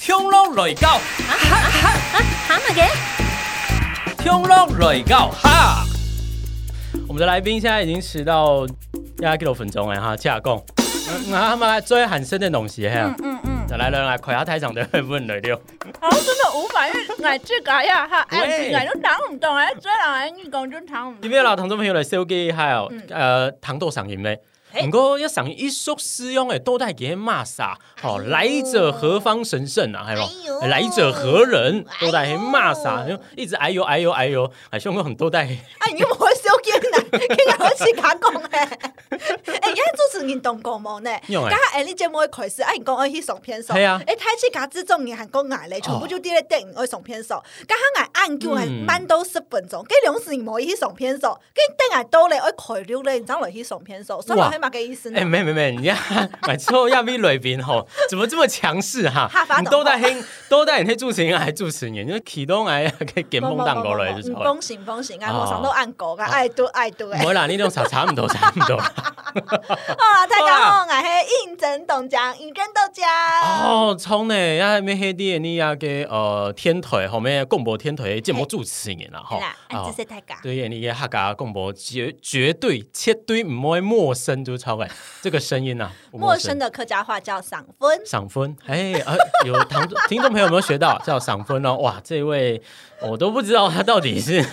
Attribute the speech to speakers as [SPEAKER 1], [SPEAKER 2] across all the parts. [SPEAKER 1] 冲浪来搞，
[SPEAKER 2] 啊，蛤蟆给？
[SPEAKER 1] 冲浪来搞哈！我们的来宾现在已经迟到大概几多分钟了哈，架供。嗯啊，他们来最喊声的东西哈
[SPEAKER 3] 嗯。嗯嗯，
[SPEAKER 1] 来来来，快下台上的问来了，
[SPEAKER 3] 好，真的五百元，我自己呀哈，
[SPEAKER 1] 喂
[SPEAKER 3] 哎，我都打唔动，哎，最人哎，你讲真打唔
[SPEAKER 1] 因
[SPEAKER 3] 动。
[SPEAKER 1] 为老听众朋友来手机还有
[SPEAKER 3] 嗯
[SPEAKER 1] 呃糖豆上瘾嘞。
[SPEAKER 3] 嘿
[SPEAKER 1] 不过一上瘾一宿使用诶，都带给骂啥？哦，
[SPEAKER 2] 哎呦
[SPEAKER 1] 来者何方神圣啊？还有
[SPEAKER 2] 哎呦
[SPEAKER 1] 来者何人？都带给骂啥
[SPEAKER 2] 哎？呦
[SPEAKER 1] 一直哎呦哎呦哎呦，还凶过很多带。
[SPEAKER 3] 哎，你唔好小见 啊，佢又好似假讲诶。 哎，而家主持人当講冇呢？
[SPEAKER 1] 用诶
[SPEAKER 3] 家，下你節目開始，哎，講我去上片數，
[SPEAKER 1] 係啊哦
[SPEAKER 3] 你睇起架之中人係講捱嚟，全部就啲咧定我上片數，家下捱按
[SPEAKER 1] 嗯
[SPEAKER 3] 叫係慢到十分鐘，跟兩時唔可以去上片數，跟等捱到咧我開了咧，然之後嚟去上片數，所以
[SPEAKER 1] 哇
[SPEAKER 3] 係嘛嘅意思
[SPEAKER 1] 哎，
[SPEAKER 3] 呢？
[SPEAKER 1] 没没没，你呀， 买错要比瑞宾吼，怎么这么强势哈
[SPEAKER 3] 哈？发
[SPEAKER 1] 你
[SPEAKER 3] 抖
[SPEAKER 1] 都带黑，都带你去主持人，还主持人，你启动哎，给给梦荡过 来就是
[SPEAKER 3] 唔
[SPEAKER 1] 好了。
[SPEAKER 3] 風行風行，啊，
[SPEAKER 1] 哦
[SPEAKER 3] 我上到按講噶，愛都愛都
[SPEAKER 1] 唔
[SPEAKER 3] 誒。
[SPEAKER 1] 好啦，呢種查查唔到， 查唔到。
[SPEAKER 3] 好啦，哦大家好，我係應真董獎，應真董獎。
[SPEAKER 1] 哦，從呢，啊咩黑啲呢啊嘅呃天台後面廣播天台嘅節目主持人啦，
[SPEAKER 3] 係
[SPEAKER 1] 吼
[SPEAKER 3] 啦，啊，
[SPEAKER 1] 哦
[SPEAKER 3] 謝謝大家。
[SPEAKER 1] 对你嘅客家廣播絕絕對絕對唔會陌生，就超嘅，這個聲音 啊，不
[SPEAKER 3] 陌生。的客家話叫赏分。
[SPEAKER 1] 赏分，哎、啊，有堂听众朋友有没有学到叫赏分哦？哇，这位我都不知道他到底是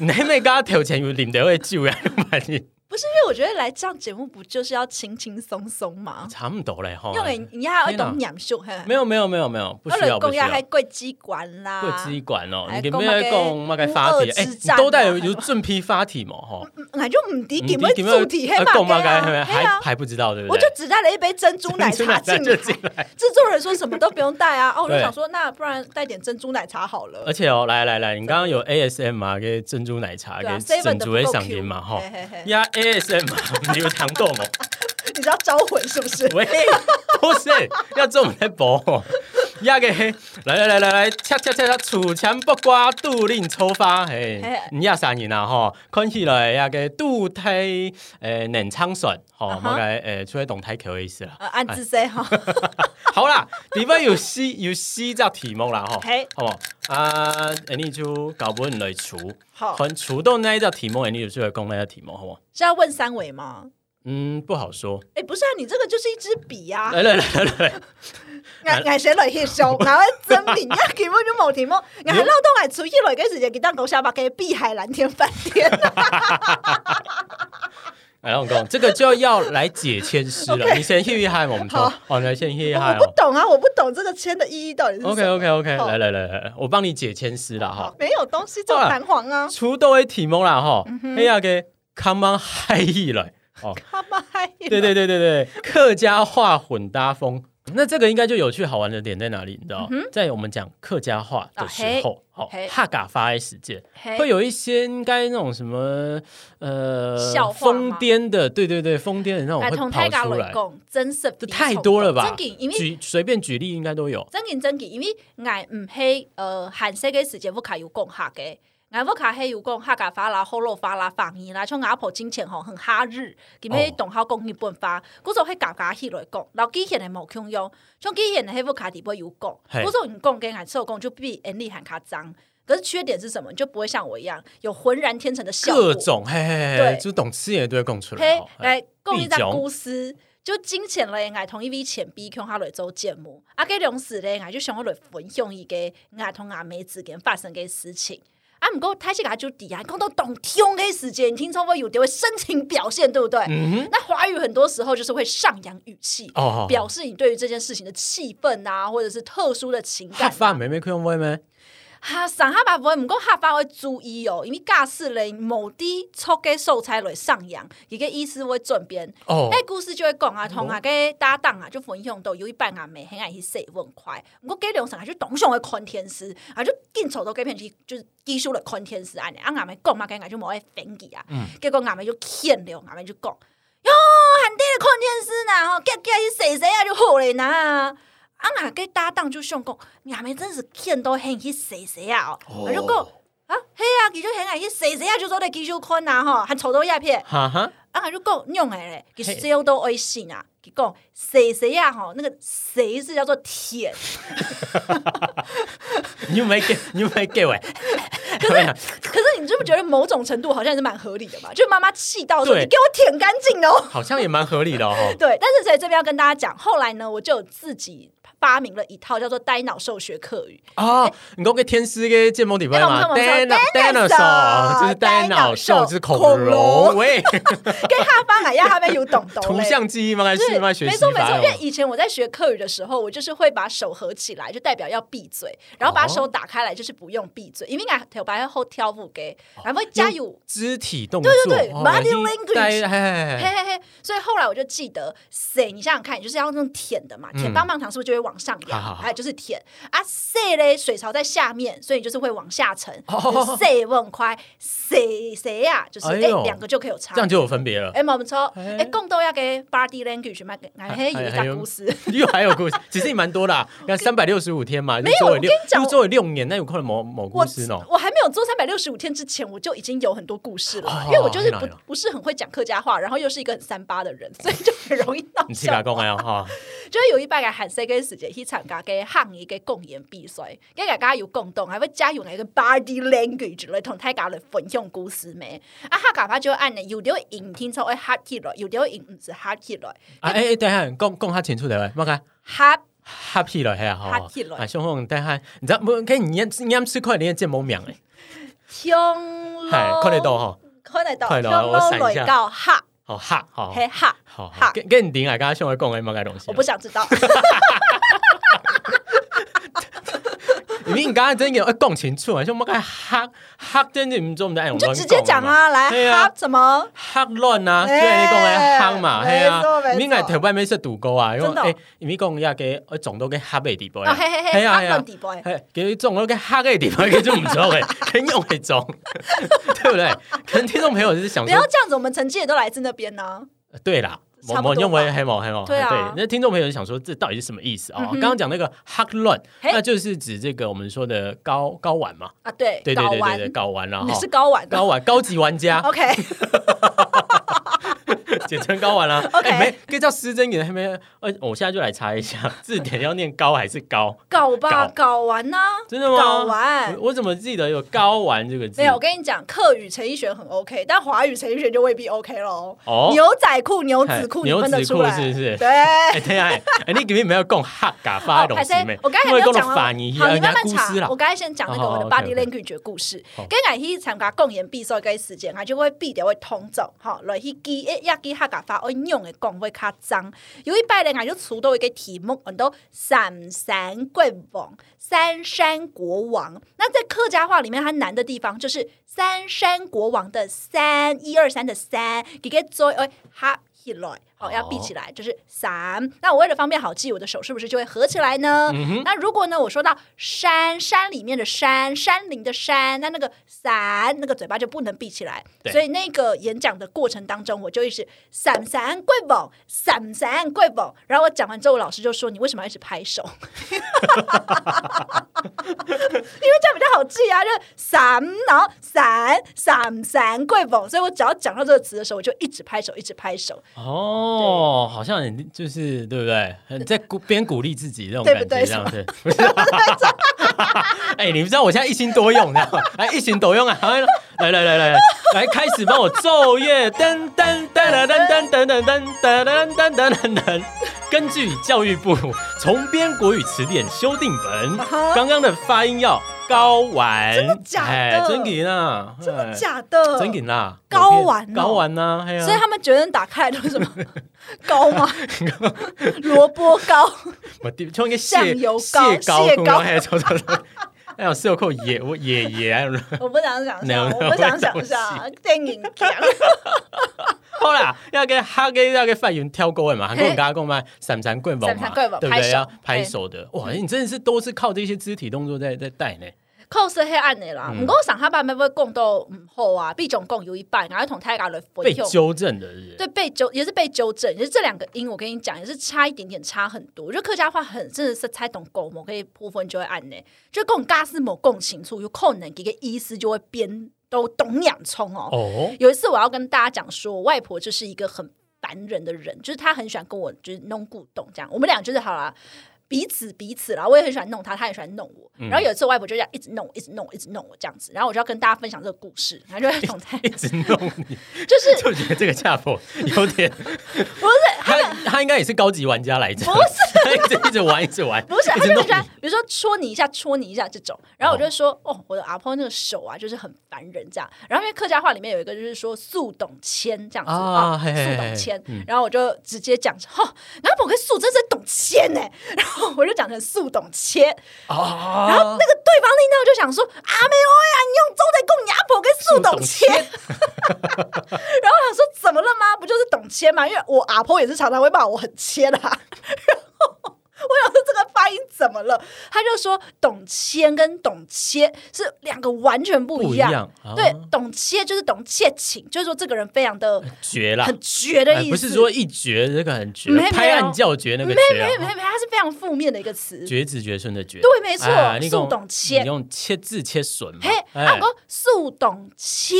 [SPEAKER 1] 你咩家投钱有领得会救呀？反正
[SPEAKER 3] 不是因为我觉得来这样节目不就是要轻轻松松吗？
[SPEAKER 1] 查唔到嘞吼。
[SPEAKER 3] 因为你还要懂养秀，
[SPEAKER 1] 没有没有没有没有，不需要
[SPEAKER 3] 人
[SPEAKER 1] 不
[SPEAKER 3] 公
[SPEAKER 1] 需
[SPEAKER 3] 要
[SPEAKER 1] 要
[SPEAKER 3] 还。贵机关啦，
[SPEAKER 1] 过机关哦，
[SPEAKER 3] 哎
[SPEAKER 1] 你咁样讲，乜嘅发帖？
[SPEAKER 3] 讲
[SPEAKER 1] 哎，
[SPEAKER 3] 乜嘅乌俄之
[SPEAKER 1] 你
[SPEAKER 3] 战啊
[SPEAKER 1] 都带有有正批发帖嘛？吼，
[SPEAKER 3] 俺嗯就唔知
[SPEAKER 1] 你
[SPEAKER 3] 点样主题
[SPEAKER 1] 要
[SPEAKER 3] 黑
[SPEAKER 1] 讲
[SPEAKER 3] 马
[SPEAKER 1] 乜
[SPEAKER 3] 啊，
[SPEAKER 1] 嘅？
[SPEAKER 3] 嘿
[SPEAKER 1] 还
[SPEAKER 3] 啊
[SPEAKER 1] 还不知道对不
[SPEAKER 3] 我
[SPEAKER 1] 对
[SPEAKER 3] 就？只带了一杯珍珠 奶
[SPEAKER 1] 珍珠
[SPEAKER 3] 茶
[SPEAKER 1] 奶茶
[SPEAKER 3] 进
[SPEAKER 1] 就进
[SPEAKER 3] 来，制作人说什么都不用带啊，哦，我就想说那不然带点珍珠奶茶好了啊
[SPEAKER 1] 而。且哦，来来来，你刚刚有 ASM 啊，嘅珍珠奶茶
[SPEAKER 3] 对啊
[SPEAKER 1] 嘅
[SPEAKER 3] ，seven
[SPEAKER 1] 珍
[SPEAKER 3] 的
[SPEAKER 1] 珠
[SPEAKER 3] 不
[SPEAKER 1] 嘅
[SPEAKER 3] 够
[SPEAKER 1] 上
[SPEAKER 3] Q
[SPEAKER 1] 瘾嘛，吼
[SPEAKER 3] 嘿嘿嘿
[SPEAKER 1] 呀 ASM，你有糖豆冇？
[SPEAKER 3] 你知道招魂是不 是？
[SPEAKER 1] 喂，不是要做我们的博，压个嘿，来来来来来，恰恰恰恰，楚强不瓜，杜令抽发，嘿
[SPEAKER 3] 嘿，
[SPEAKER 1] 你也三人啊吼，看起来呀个杜太诶冷仓爽吼，
[SPEAKER 3] 啊
[SPEAKER 1] 冇
[SPEAKER 3] 哈
[SPEAKER 1] 个诶出来懂太可意思了。
[SPEAKER 3] 呃，暗自
[SPEAKER 1] 哎
[SPEAKER 3] say 哈，
[SPEAKER 1] 好啦，地方有西有西这题目啦吼
[SPEAKER 3] 嘿，
[SPEAKER 1] 好冇啊，诶你就搞本来除，
[SPEAKER 3] 好
[SPEAKER 1] 很除到那一道题目，诶你有出来讲那道题目好冇？
[SPEAKER 3] 是要问三维吗？
[SPEAKER 1] 嗯，不好说。
[SPEAKER 3] 哎，不是啊，你这个就是一支笔啊呀。
[SPEAKER 1] 来来来来来。哎
[SPEAKER 3] 眼眼寫 來翕相，然後真面一見本種冇題目，眼係撈到眼啊處一來嘅時就見到狗下巴嘅碧海藍天飯 店，
[SPEAKER 1] 哎，老公，这个就要来解签诗了。你先 hit 一下我们头
[SPEAKER 3] 好，
[SPEAKER 1] 哦，你先 hit 一
[SPEAKER 3] 我
[SPEAKER 1] 下
[SPEAKER 3] 不
[SPEAKER 1] 哦。
[SPEAKER 3] 懂啊，我不懂這個簽的意義到底是什麼。
[SPEAKER 1] OK OK OK，
[SPEAKER 3] 好
[SPEAKER 1] 来来来来，我帮你解签诗了哈
[SPEAKER 3] 好。没有東西就彈簧啊，
[SPEAKER 1] 出道的题目啦哈，
[SPEAKER 3] 嗯
[SPEAKER 1] 哎呀给 Come on 嗨意了 哦，
[SPEAKER 3] 他媽閪！
[SPEAKER 1] 对对对对对，客家话混搭风。那这个应该就有趣好玩的点在哪里？你知道，在我们讲客家话的时候，好
[SPEAKER 3] 嗯哦嘿
[SPEAKER 1] 哈嘎发的时间，
[SPEAKER 3] 嘿，
[SPEAKER 1] 会有一些应该那种什么呃
[SPEAKER 3] 笑话
[SPEAKER 1] 疯
[SPEAKER 3] 吗
[SPEAKER 1] 癫的，对对对，疯癫的那种
[SPEAKER 3] 哎
[SPEAKER 1] 会
[SPEAKER 3] 同泰
[SPEAKER 1] 跑
[SPEAKER 3] 家
[SPEAKER 1] 出来
[SPEAKER 3] 來。講，真是
[SPEAKER 1] 这太多了吧
[SPEAKER 3] 真嘅，因？為
[SPEAKER 1] 举随便举例应该都有。
[SPEAKER 3] 真嘅真嘅，因為眼唔係呃韓式嘅時節，我卡有講下嘅。俺不卡黑有講客家話啦、後路話啦、方言啦，像阿婆金錢吼很哈日，佢
[SPEAKER 1] 哦
[SPEAKER 3] 咩同好講日本話，嗰種係家家起來講，老機器人係無腔用，像機器人喺不卡底部有講，
[SPEAKER 1] 嘿
[SPEAKER 3] 嗰種人講跟俺手講就比人力喊卡脏。可是缺點是什麼？你就不會像我一樣有渾然天成的效果
[SPEAKER 1] 各。种嘿嘿嘿，
[SPEAKER 3] 对
[SPEAKER 1] 就懂吃也都会供出来
[SPEAKER 3] 嘿
[SPEAKER 1] 哦。，嘿
[SPEAKER 3] 来共一张
[SPEAKER 1] 必讲
[SPEAKER 3] 公司，就金钱嘞，爱同一笔 E 钱比向他来做节目，啊，给两时嘞，爱就想要来分享一个爱同阿妹之间发生嘅事情。啊，毋过太起个就底啊，讲到懂听嘅时间，你听说会有点会深情表现，对不对？
[SPEAKER 1] 嗯
[SPEAKER 3] 那华语很多时候就是会上扬语气，
[SPEAKER 1] 哼，哦，
[SPEAKER 3] 表示你对于这件事情的气氛啊，或者是特殊的情
[SPEAKER 1] 哈
[SPEAKER 3] 感、
[SPEAKER 1] 发妹妹可以用外咩？
[SPEAKER 3] 哈，上下巴不会，毋过下巴会注意哦，因为假使嘞某啲错嘅素材来上扬，伊个意思会转变。
[SPEAKER 1] 哦嗯
[SPEAKER 3] 哎，故事就会讲啊，同啊个搭档啊，就分享到有一半啊，每很爱去洗问快。我给两上啊，就董上的看天师，啊就紧凑到这片去，就是技术的看天师安尼。啊，俺们讲嘛，跟俺就冇爱分歧啊。
[SPEAKER 1] 嗯
[SPEAKER 3] 结果俺们就欠了，俺们就讲哟，喊爹的看天师呐，吼，叫叫去洗洗啊就好了呐。啊，俺个搭档就想讲，俺们真是欠到很去洗洗啊哦。我就讲啊，嘿啊，其实很爱去洗洗啊，就做的技术看啊吼，还丑到鸦片。
[SPEAKER 1] 哈哈，
[SPEAKER 3] 啊，就够用诶嘞，其实这样都微信啊，给讲谁谁呀哈，那个谁是叫做舔，
[SPEAKER 1] 你有没有 get？你 有没有 get 喂？啊
[SPEAKER 3] 可是你这不觉得某种程度好像也是蛮合理的嘛？就是妈妈气到说
[SPEAKER 1] 对
[SPEAKER 3] 你给我舔干净哦，
[SPEAKER 1] 好像也蛮合理的哦。
[SPEAKER 3] 对，但是所以这边要跟大家讲，后来呢，我就有自己发明了一套叫做呆脑兽学课语，
[SPEAKER 1] 哦，你讲个天师跟剑梦底牌嘛
[SPEAKER 3] 对哎我们说
[SPEAKER 1] ，dinosaur
[SPEAKER 3] dinosaur，
[SPEAKER 1] 就是 dinosaur，
[SPEAKER 3] dinosaur，
[SPEAKER 1] 就是恐龙，
[SPEAKER 3] 恐
[SPEAKER 1] 喂，
[SPEAKER 3] 跟哈巴奶亚哈边有懂 懂
[SPEAKER 1] 图
[SPEAKER 3] 嘞。
[SPEAKER 1] 像记忆吗？还
[SPEAKER 3] 就是是
[SPEAKER 1] 慢慢学
[SPEAKER 3] 没
[SPEAKER 1] 习
[SPEAKER 3] 错没
[SPEAKER 1] 法
[SPEAKER 3] 错，因为
[SPEAKER 1] 哦？
[SPEAKER 3] 以前我在学课语的时候，我就是会把手合起来，就代表要闭嘴，然后把
[SPEAKER 1] 哦
[SPEAKER 3] 手打开来，就是不用闭嘴，因为俺头白后挑不给，然后加油，
[SPEAKER 1] 肢体动作，
[SPEAKER 3] 对对对
[SPEAKER 1] 哦
[SPEAKER 3] body
[SPEAKER 1] 已经呆嘿嘿
[SPEAKER 3] language 嘿
[SPEAKER 1] 嘿
[SPEAKER 3] 嘿嘿。所以后来我就记得，谁你想想看，你就是要用舔的嘛，
[SPEAKER 1] 嗯
[SPEAKER 3] 舔棒棒糖是不是就会往上
[SPEAKER 1] 好好
[SPEAKER 3] 扬？
[SPEAKER 1] 好
[SPEAKER 3] 还有就是舔啊，塞嘞，水槽在下面，所以你就是会往下沉
[SPEAKER 1] 哦，
[SPEAKER 3] 塞问快，谁谁呀，就是
[SPEAKER 1] 哎
[SPEAKER 3] 哎
[SPEAKER 1] 呦
[SPEAKER 3] 两个就可以有差
[SPEAKER 1] 这。样就有分别了。
[SPEAKER 3] 哎，我们说，
[SPEAKER 1] 哎
[SPEAKER 3] 哎，共都要给 body language 嘛，哎，嘿有
[SPEAKER 1] 还
[SPEAKER 3] 一
[SPEAKER 1] 还
[SPEAKER 3] 个
[SPEAKER 1] 有
[SPEAKER 3] 故事。
[SPEAKER 1] 又还有故事，其实也蛮多啦。你看三百六十五天嘛，没
[SPEAKER 3] 有我跟你讲
[SPEAKER 1] 周围六年，那有可能某某
[SPEAKER 3] 我
[SPEAKER 1] 故事哦。
[SPEAKER 3] 我还没有做三百六十五天之前，我就已经有很多故事了嘛，
[SPEAKER 1] 哦
[SPEAKER 3] 因为我就是
[SPEAKER 1] 原来
[SPEAKER 3] 不
[SPEAKER 1] 原来
[SPEAKER 3] 不是很会讲客家话，然后又是一个很三八的人，所以就很容易闹
[SPEAKER 1] 你去打
[SPEAKER 3] 笑。
[SPEAKER 1] 工哎呦哈，
[SPEAKER 3] 就是有一摆个韩式跟世界去参加个汉语嘅共演比赛，跟大家有共同，还会加用一个 body language 来同大家来分享故事咩？啊，客家话就按呢，有啲音听出会合起来，有啲音唔是合起来，
[SPEAKER 1] 啊哎哎，等一下，讲讲他前出来喂，莫看
[SPEAKER 3] 合
[SPEAKER 1] happy 了嘿啊，好
[SPEAKER 3] 哈屁了
[SPEAKER 1] 啊，兄弟，等一下，你知道不？跟你念念吃快点见某秒哎，
[SPEAKER 3] 听咯，
[SPEAKER 1] 嗨，快点到，哈，
[SPEAKER 3] 看得到，
[SPEAKER 1] 快
[SPEAKER 3] 听
[SPEAKER 1] 点我闪一下
[SPEAKER 3] 落来到哈，
[SPEAKER 1] 好哈好
[SPEAKER 3] 嘿哈，
[SPEAKER 1] 好好
[SPEAKER 3] 哈，
[SPEAKER 1] 跟跟你顶来，刚刚兄弟讲哎，莫个东西
[SPEAKER 3] 我。不想知道。
[SPEAKER 1] 你你刚刚真有哎讲清楚啊，兄莫个哈哈，真的唔做唔得哎，
[SPEAKER 3] 你就直接讲。啊，来
[SPEAKER 1] 对啊
[SPEAKER 3] 哈什么？
[SPEAKER 1] 黑乱啊，虽
[SPEAKER 3] 哎
[SPEAKER 1] 然你讲诶黑嘛，嘿
[SPEAKER 3] 没
[SPEAKER 1] 啊
[SPEAKER 3] 错没，错
[SPEAKER 1] 你应该头摆咩说赌高啊，因为
[SPEAKER 3] 真的哦
[SPEAKER 1] 诶，因为讲也给诶种到嘅黑嘅地步
[SPEAKER 3] 啊
[SPEAKER 1] 啦，
[SPEAKER 3] 嘿嘿
[SPEAKER 1] 嘿
[SPEAKER 3] 嘿，
[SPEAKER 1] 啊
[SPEAKER 3] 哈
[SPEAKER 1] 嘿啊
[SPEAKER 3] 乱，底 boy，
[SPEAKER 1] 嘿，给种到嘅黑嘅地步，佢就唔错 诶，肯用会种， 对不对？可能听众朋友就是想
[SPEAKER 3] 不
[SPEAKER 1] 说
[SPEAKER 3] 要，这样子，我们成绩也都来自那边啊呢。
[SPEAKER 1] 呃对啦。我
[SPEAKER 3] 差不
[SPEAKER 1] 们
[SPEAKER 3] 多
[SPEAKER 1] 用为
[SPEAKER 3] 吧
[SPEAKER 1] 黑毛黑毛，
[SPEAKER 3] 对啊
[SPEAKER 1] 对，那听众朋友就想说这到底是什么意思啊？
[SPEAKER 3] 嗯
[SPEAKER 1] 哦
[SPEAKER 3] 哼
[SPEAKER 1] 刚刚讲那个黑乱，
[SPEAKER 3] 嘿
[SPEAKER 1] 那就是指这个我们说的高高玩嘛，
[SPEAKER 3] 啊，对
[SPEAKER 1] 对，对
[SPEAKER 3] 睾
[SPEAKER 1] 对对对，
[SPEAKER 3] 丸，
[SPEAKER 1] 睾丸啦
[SPEAKER 3] 你
[SPEAKER 1] 哈，
[SPEAKER 3] 是睾丸
[SPEAKER 1] 高玩高级玩啊家，
[SPEAKER 3] ，OK，
[SPEAKER 1] 简称高玩啦、啊。
[SPEAKER 3] OK
[SPEAKER 1] 哎没，可以叫失真也还没。呃，我现在就来查一下 字典要念高还是高？
[SPEAKER 3] 睾吧，啊睾丸呢？
[SPEAKER 1] 真的吗？
[SPEAKER 3] 睾丸
[SPEAKER 1] 我我怎么记得有高玩这个字？
[SPEAKER 3] 没有，我跟你讲，客语陈奕迅很 OK，但华语陈奕迅就未必 OK 喽。
[SPEAKER 1] 哦。
[SPEAKER 3] 牛仔裤、牛子裤，
[SPEAKER 1] 哎
[SPEAKER 3] 你分得出来
[SPEAKER 1] 牛子裤是不是
[SPEAKER 3] 对。
[SPEAKER 1] 哎，对啊，哎，你给没有讲哈嘎发的
[SPEAKER 3] 哦，
[SPEAKER 1] 东
[SPEAKER 3] 还
[SPEAKER 1] 西
[SPEAKER 3] 是
[SPEAKER 1] 没？
[SPEAKER 3] 我刚才
[SPEAKER 1] 因
[SPEAKER 3] 还
[SPEAKER 1] 为
[SPEAKER 3] 没有
[SPEAKER 1] 讲
[SPEAKER 3] 讲
[SPEAKER 1] 了法
[SPEAKER 3] 完，
[SPEAKER 1] 尼，
[SPEAKER 3] 好，你慢慢
[SPEAKER 1] 故事啦
[SPEAKER 3] 查。我。刚才先讲那个我
[SPEAKER 1] 好
[SPEAKER 3] 的
[SPEAKER 1] 好
[SPEAKER 3] body
[SPEAKER 1] ，OK，OK
[SPEAKER 3] language 的故事
[SPEAKER 1] 好。
[SPEAKER 3] 跟俺去参加共演比赛个时间，俺就会必定会通走，吼，来去记诶，也记客家话，我用的讲会较脏。有一摆咧，俺就出到一个题目，俺都三山国王，三山国王。那在客家话里面，它难的地方就是三山国王的三，一二三的三，给个做诶哈。起来，好、要闭起来，就是三。那我为了方便好记，我的手是不是就会合起来呢？那如果呢，我说到山山里面的山，山林的山，那那个伞，那个嘴巴就不能闭起来
[SPEAKER 1] 对。
[SPEAKER 3] 所以那个演讲的过程当中，我就一直伞伞跪宝，伞伞跪宝。然后我讲完之后，老师就说：“你为什么要一直拍手？”因为这样比较好记啊，就是伞，然后伞伞伞跪宝。所以我只要讲到这个词的时候，我就一直拍手，一直拍手，
[SPEAKER 1] 哦，好像你就是对不对？很在鼓边鼓励自己那种
[SPEAKER 3] 对
[SPEAKER 1] 感
[SPEAKER 3] 不
[SPEAKER 1] 觉，
[SPEAKER 3] 对
[SPEAKER 1] 这样子。哎，你不知道我现在一心多用，这样哎，一心多用啊！来来来来来，来开始帮我奏乐，噔噔噔噔噔噔噔噔噔噔噔噔噔噔。根据教育部重编国语词典修订本，刚刚的发音要高玩，真的
[SPEAKER 3] 假的
[SPEAKER 1] 真给呢？真的
[SPEAKER 3] 假的，
[SPEAKER 1] 真给啦！
[SPEAKER 3] 高玩哦
[SPEAKER 1] 高玩呐！哎呀
[SPEAKER 3] 所以他们觉得打开来都是什么糕吗？萝卜糕，
[SPEAKER 1] 我地像一个蟹
[SPEAKER 3] 酱油
[SPEAKER 1] 蟹
[SPEAKER 3] 膏
[SPEAKER 1] 膏
[SPEAKER 3] 蟹
[SPEAKER 1] 公
[SPEAKER 3] 膏
[SPEAKER 1] 还有什么？还有蟹口野我野野，还有
[SPEAKER 3] 我不想想
[SPEAKER 1] No,
[SPEAKER 3] 象，
[SPEAKER 1] no,
[SPEAKER 3] 我不想想象，电影讲
[SPEAKER 1] 好啦，要给哈给要给范云挑过的嘛，韩国人跟他讲嘛，闪闪棍棒
[SPEAKER 3] 闪
[SPEAKER 1] 嘛，
[SPEAKER 3] 闪棍棒
[SPEAKER 1] 对不
[SPEAKER 3] 拍
[SPEAKER 1] 对？
[SPEAKER 3] 手
[SPEAKER 1] 要拍手的，哇，你真的是都是靠这些肢体动作在在带呢。
[SPEAKER 3] 扣是黑暗的啦。
[SPEAKER 1] 嗯
[SPEAKER 3] 不过上下班咪会讲到唔好啊，毕竟讲有一半，然后同大家来
[SPEAKER 1] 被
[SPEAKER 3] 分享。
[SPEAKER 1] 纠正的是不
[SPEAKER 3] 对，
[SPEAKER 1] 是，
[SPEAKER 3] 被纠也是被纠正，也是这两个音，我跟你讲，也是差一点点，差很多。就客家话很真的是猜懂狗某可以部分就会按呢，就共嘎是某共情处，有可能给个意思就会变都懂洋葱哦
[SPEAKER 1] 哦，
[SPEAKER 3] 有一次我要跟大家讲说，我外婆就是一个很。烦人的人，就是他很喜欢跟我就是弄古董这样，我们俩就是好了。彼此彼此啦，我也很喜欢弄他，他也喜欢弄我。
[SPEAKER 1] 嗯
[SPEAKER 3] 然后有一次，我外婆就这样一直弄我，一直弄我，一直弄我这样子。然后我就要跟大家分享这个故事，然后就会从他，
[SPEAKER 1] 一直弄你，
[SPEAKER 3] 就是
[SPEAKER 1] 就觉得这个恰婆有点，
[SPEAKER 3] 不是
[SPEAKER 1] 他他应该也是高级玩家来着，
[SPEAKER 3] 不是
[SPEAKER 1] 他一直一直玩，一直玩，
[SPEAKER 3] 不是，
[SPEAKER 1] 一
[SPEAKER 3] 他
[SPEAKER 1] 直
[SPEAKER 3] 就
[SPEAKER 1] 弄
[SPEAKER 3] 很喜欢
[SPEAKER 1] 你，，
[SPEAKER 3] 比如说戳你一下，戳你一下这种。然后我就说，哦我的阿婆那个手啊，就是很烦人这样。然后因为客家话里面有一个就是说速懂签这样子
[SPEAKER 1] 啊
[SPEAKER 3] 啊，
[SPEAKER 1] 嘿嘿
[SPEAKER 3] 速
[SPEAKER 1] 嘿嗯
[SPEAKER 3] 懂签。然后我就直接讲，哦，阿婆跟速真是懂签呢。 然后我就讲成速懂签，
[SPEAKER 1] 哦，
[SPEAKER 3] 然后那个对方听到就想说：“阿妹欧呀，你用周在供你阿婆跟树董签。” 然后我想说：“怎么了吗？不就是董签吗？因为我阿婆也是常常会骂我很签啊。”然 后我想说这个发音怎么了？他就说董签跟董切是两个完全不
[SPEAKER 1] 不
[SPEAKER 3] 一
[SPEAKER 1] 一
[SPEAKER 3] 样。
[SPEAKER 1] 样，啊
[SPEAKER 3] 对，董切就是董切情，就是说这个人非常的
[SPEAKER 1] 绝啦
[SPEAKER 3] 很，绝的
[SPEAKER 1] 哎
[SPEAKER 3] 意思，
[SPEAKER 1] 不是说一绝这个很绝
[SPEAKER 3] 没，有
[SPEAKER 1] 拍案叫绝那个绝
[SPEAKER 3] 没
[SPEAKER 1] 啊，
[SPEAKER 3] 没没，他是非常负面的一个词。
[SPEAKER 1] 绝子绝孙的绝，
[SPEAKER 3] 对没错
[SPEAKER 1] 哎你用
[SPEAKER 3] 速懂切
[SPEAKER 1] 你用切字切损嘛
[SPEAKER 3] 嘿，，啊，
[SPEAKER 1] 哎
[SPEAKER 3] 我讲速懂千，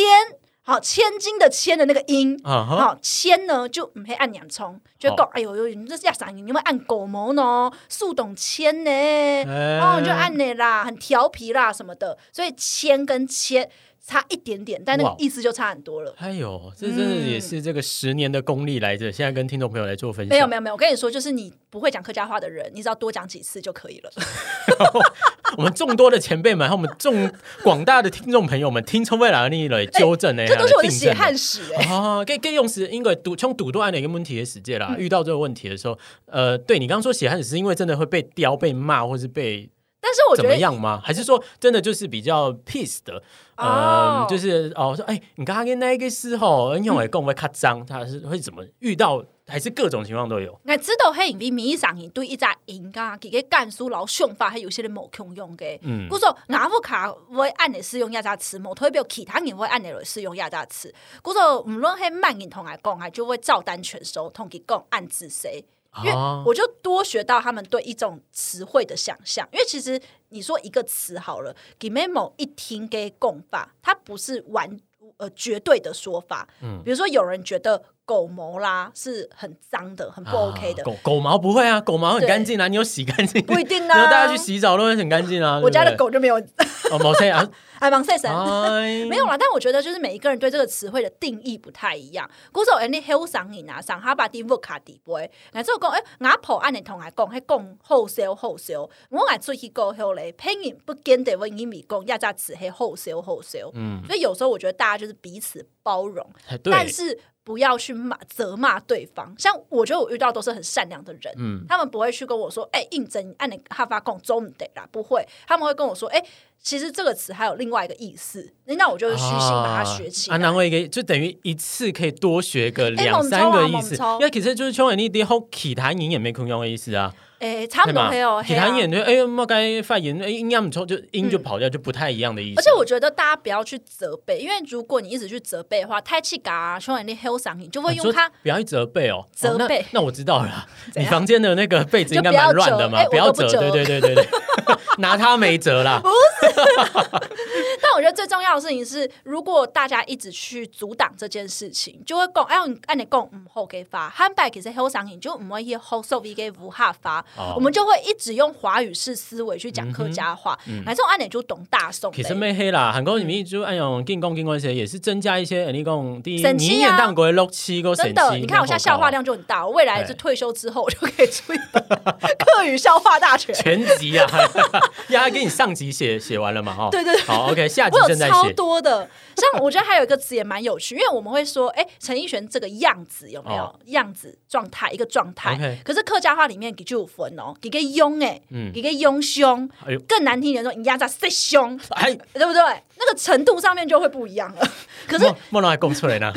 [SPEAKER 3] 好千金的千的那个音，
[SPEAKER 1] 啊哈
[SPEAKER 3] 好千呢就唔会按洋葱，就会讲、哎呦呦，你这是要啥音？你会按狗毛呢？速懂千呢？
[SPEAKER 1] 哎
[SPEAKER 3] 哦，你就按你啦，很调皮啦什么的，所以千跟千差一点点，但那
[SPEAKER 1] 哇
[SPEAKER 3] 个意思就差很多了。
[SPEAKER 1] 哎呦，这真的也是这个十年的功力来着，现在跟听众朋友来做分享。
[SPEAKER 3] 嗯没有没有没有，我跟你说，就是你不会讲客家话的人，你只要多讲几次就可以了。
[SPEAKER 1] 我们众多的前辈们和我们众广大的听众朋友们，听从未来你来纠正呢，
[SPEAKER 3] 这都是我的血
[SPEAKER 1] 哎订正啊
[SPEAKER 3] 汗史哎、
[SPEAKER 1] 哦，跟跟用时，因为赌冲赌多案的一个问题的时界
[SPEAKER 3] 嗯
[SPEAKER 1] 啦。遇到这个问题的时候，呃，对你刚刚说血汗史，是因为真的会被刁、被骂，或是被
[SPEAKER 3] 但是我觉
[SPEAKER 1] 怎么
[SPEAKER 3] 得
[SPEAKER 1] 样吗？还是说真的就是比较 peace 的？嗯、
[SPEAKER 3] 哦
[SPEAKER 1] 就是哦，说哎，你刚刚跟那个时候，因为跟我会咔脏，
[SPEAKER 3] 嗯
[SPEAKER 1] 他是会怎么遇到？还是各种情况都有？
[SPEAKER 3] 我知道迄影迷上伊对一只音啊，佮个干书老想法，还有些人无强用嘅。
[SPEAKER 1] 嗯
[SPEAKER 3] 嗯，故说牙不卡会按你使用亚扎词，某特别其他人会按你来使用亚扎词。故说无论迄慢人同来讲，还就会照单全收，同佮讲暗指谁。因为
[SPEAKER 1] 哦
[SPEAKER 3] 我就多学到他们对一种词汇的想象，因为其实你说一个词好了，给 memo 一听给共法，它不是完呃绝对的说法。嗯，比如说有人觉得狗毛啦是很脏的，很不 OK 的
[SPEAKER 1] 啊，狗狗毛不会啊，狗毛很
[SPEAKER 3] 对
[SPEAKER 1] 干净啊，你有洗干净，
[SPEAKER 3] 不一定啊
[SPEAKER 1] 然后大家去洗澡都会很干净啊。
[SPEAKER 3] 我家的
[SPEAKER 1] 对不
[SPEAKER 3] 狗就没有，
[SPEAKER 1] 对哦，毛菜 啊，
[SPEAKER 3] 还蛮晒神。
[SPEAKER 1] 哎
[SPEAKER 3] 没有啦，但我觉得就是每一个人对这个词汇的定义不太一样。古时候人咧欣赏你啊，赏哈巴蒂沃卡底杯，乃至我讲诶，哎牙婆按你同来讲，迄讲好笑好笑。我爱出去过后咧，拼音不见得为英米讲，亚扎词迄好笑好笑。
[SPEAKER 1] 嗯，
[SPEAKER 3] 所以有时候我觉得大家就是彼此包容，
[SPEAKER 1] 对，
[SPEAKER 3] 但是不要去骂责骂对方。像我觉得我遇到都是很善良的人，
[SPEAKER 1] 嗯，
[SPEAKER 3] 他们不会去跟我说，哎、应征按你哈发贡中得啦，不会，他们会跟我说，哎、其实这个词还有另外一个意思，那我就虚心把它学起
[SPEAKER 1] 啊，
[SPEAKER 3] 来。
[SPEAKER 1] 难为一个就等于一次可以多学个两
[SPEAKER 3] 猛抽啊
[SPEAKER 1] 三个意思
[SPEAKER 3] 猛，抽
[SPEAKER 1] 因为其实就是中文你的后起谈音也没空用的意思啊，
[SPEAKER 3] 哎、差不
[SPEAKER 1] 对
[SPEAKER 3] 多
[SPEAKER 1] 吗
[SPEAKER 3] 还有？
[SPEAKER 1] 起
[SPEAKER 3] 黑
[SPEAKER 1] 谈
[SPEAKER 3] 啊。
[SPEAKER 1] 音就哎莫该发言，哎音要不抽就音就跑掉，就不太一样的意思。
[SPEAKER 3] 而且我觉得大家不要去责备，因为如果你一直去责备的话，太气嘎，凶人的黑嗓你就会
[SPEAKER 1] 你说
[SPEAKER 3] 用它。
[SPEAKER 1] 不要去责备哦，
[SPEAKER 3] 责备
[SPEAKER 1] 哦那那我知道了啦，
[SPEAKER 3] 怎
[SPEAKER 1] 你
[SPEAKER 3] 样
[SPEAKER 1] 房间的那个被子应该
[SPEAKER 3] 就不要
[SPEAKER 1] 蛮乱的嘛，
[SPEAKER 3] 折哎
[SPEAKER 1] 不要
[SPEAKER 3] 我都不
[SPEAKER 1] 折，对
[SPEAKER 3] 折
[SPEAKER 1] 对对对对， 拿它没辙啦。
[SPEAKER 3] 但我觉得最重要的事情是，如果大家一直去阻挡这件事情，就会讲，哎，按你讲唔好给发，汉白其实黑嗓你就唔会去好受 V 给无哈发。
[SPEAKER 1] 哦嗯
[SPEAKER 3] 我们就会一直用华语式思维去讲客家话，反正按理啊就懂大宋
[SPEAKER 1] 其
[SPEAKER 3] 呗。
[SPEAKER 1] 实没黑啦，韩国你们就按用进攻进攻些，也是增加一些哎你讲第一，
[SPEAKER 3] 省
[SPEAKER 1] 你
[SPEAKER 3] 气啊
[SPEAKER 1] 演当国六七个省
[SPEAKER 3] 啊真的，
[SPEAKER 1] 气
[SPEAKER 3] 你看我现在笑话量就很大，我未来
[SPEAKER 1] 啊对
[SPEAKER 3] 就退休之后我就可以出一本 客语笑话大全。
[SPEAKER 1] 全集啊， 呀，还给你上集写写完了嘛？哈，
[SPEAKER 3] 对对对
[SPEAKER 1] 好，OK，下集
[SPEAKER 3] 我有
[SPEAKER 1] 正在
[SPEAKER 3] 超
[SPEAKER 1] 写。
[SPEAKER 3] 多的，像我觉得还有一个词也蛮有趣，因为我们会说，哎、陈奕迅这个样子有没有、
[SPEAKER 1] 哦
[SPEAKER 3] 样子状态一个状态
[SPEAKER 1] OK
[SPEAKER 3] 可是客家话里面给就有分哦，给个庸哎，
[SPEAKER 1] 嗯
[SPEAKER 3] 给个庸凶，
[SPEAKER 1] 哎呦，
[SPEAKER 3] 更难听一点说，你压榨谁凶，
[SPEAKER 1] 哎，
[SPEAKER 3] 对不对？那个程度上面就会不一样 了。可是
[SPEAKER 1] 莫莫让还供出来 呢，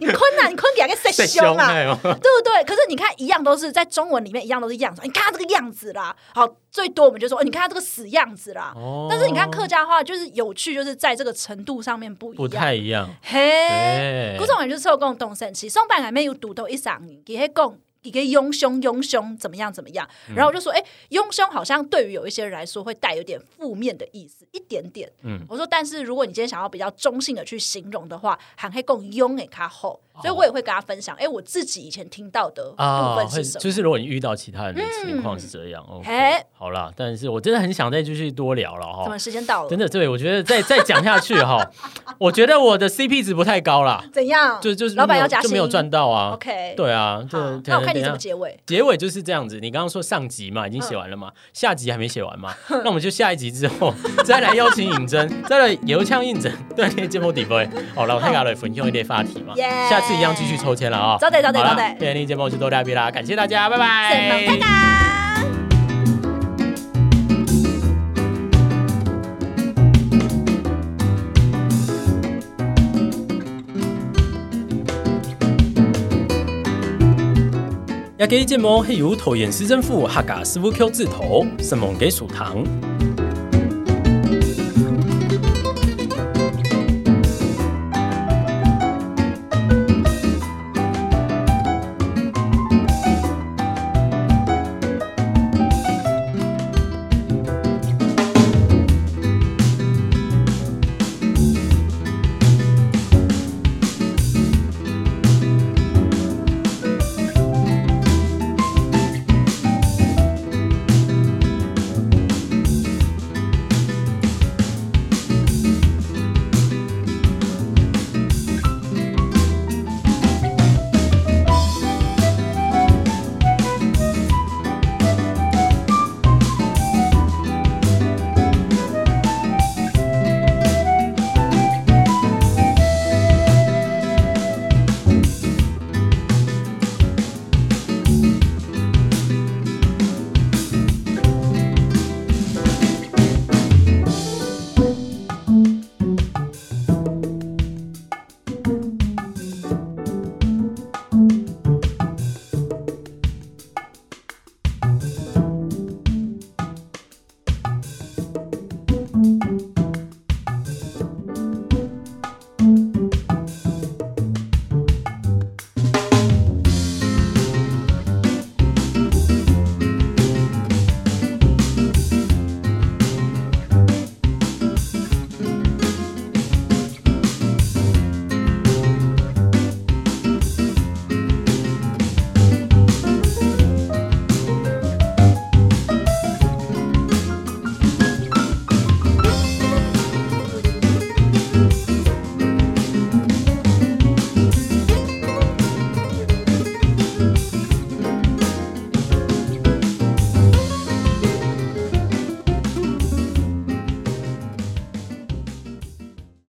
[SPEAKER 3] 你困难，你困给个谁凶啊？
[SPEAKER 1] 哎呦，
[SPEAKER 3] 对不对？可是你看，一样都是在中文里面，一样都是样子。你看他这个样子啦，好，最多我们就说，哦你看他这个死样子啦。
[SPEAKER 1] 哦
[SPEAKER 3] 但是你看客家话，就是有趣，就是在这个程度上面不一
[SPEAKER 1] 不
[SPEAKER 3] 样。
[SPEAKER 1] 太一样。
[SPEAKER 3] 嘿，
[SPEAKER 1] 哎
[SPEAKER 3] 古，种人就是有讲动神奇，上班下面有独到一上，伊迄讲。一个庸凶庸凶怎么样怎么样，
[SPEAKER 1] 嗯
[SPEAKER 3] 然后我就说，哎、庸凶好像对于有一些人来说会带有点负面的意思，一点点。
[SPEAKER 1] 嗯
[SPEAKER 3] 我说，但是如果你今天想要比较中性的去形容的话，还可以更庸给他后，
[SPEAKER 1] 哦
[SPEAKER 3] 所以我也会跟他分享，哎、我自己以前听到的部
[SPEAKER 1] 啊，
[SPEAKER 3] 分
[SPEAKER 1] 会
[SPEAKER 3] 是什么。嗯
[SPEAKER 1] 就是如果你遇到其他人的情况是这样、o k
[SPEAKER 3] 哎
[SPEAKER 1] 好啦，但是我真的很想再继续多聊了
[SPEAKER 3] 怎
[SPEAKER 1] 哈
[SPEAKER 3] 么，时间到了？
[SPEAKER 1] 真的，对我觉得再再讲下去 哈，我觉得我的 CP 值不太高啦，
[SPEAKER 3] 怎样？
[SPEAKER 1] 就就是
[SPEAKER 3] 老板
[SPEAKER 1] 没有
[SPEAKER 3] 要加薪
[SPEAKER 1] 就没有赚到啊
[SPEAKER 3] OK，，
[SPEAKER 1] 对啊，就
[SPEAKER 3] 好，
[SPEAKER 1] 可
[SPEAKER 3] 那
[SPEAKER 1] 能
[SPEAKER 3] 我看
[SPEAKER 1] 等
[SPEAKER 3] 你
[SPEAKER 1] 一
[SPEAKER 3] 怎
[SPEAKER 1] 下。
[SPEAKER 3] 么结尾。
[SPEAKER 1] 结尾就是这样子，你刚刚说上集嘛，已经写完了嘛，下集还没写完嘛，那我们就下一集之后 再来邀请尹真，再来油腔应整，对，你节目底部哦好了，我看下来分享一点话题嘛，
[SPEAKER 3] 耶
[SPEAKER 1] 下次一样继续抽签了啊、
[SPEAKER 3] 早点，早
[SPEAKER 1] 好
[SPEAKER 3] 点，
[SPEAKER 1] 啦
[SPEAKER 3] 早点。
[SPEAKER 1] 今天的节目就到这边啦，感谢大家，拜拜，
[SPEAKER 3] 怎么拜拜。
[SPEAKER 1] 也给一节目，黑油头眼失真腹，哈嘎师傅 Q 字头，什么给属糖，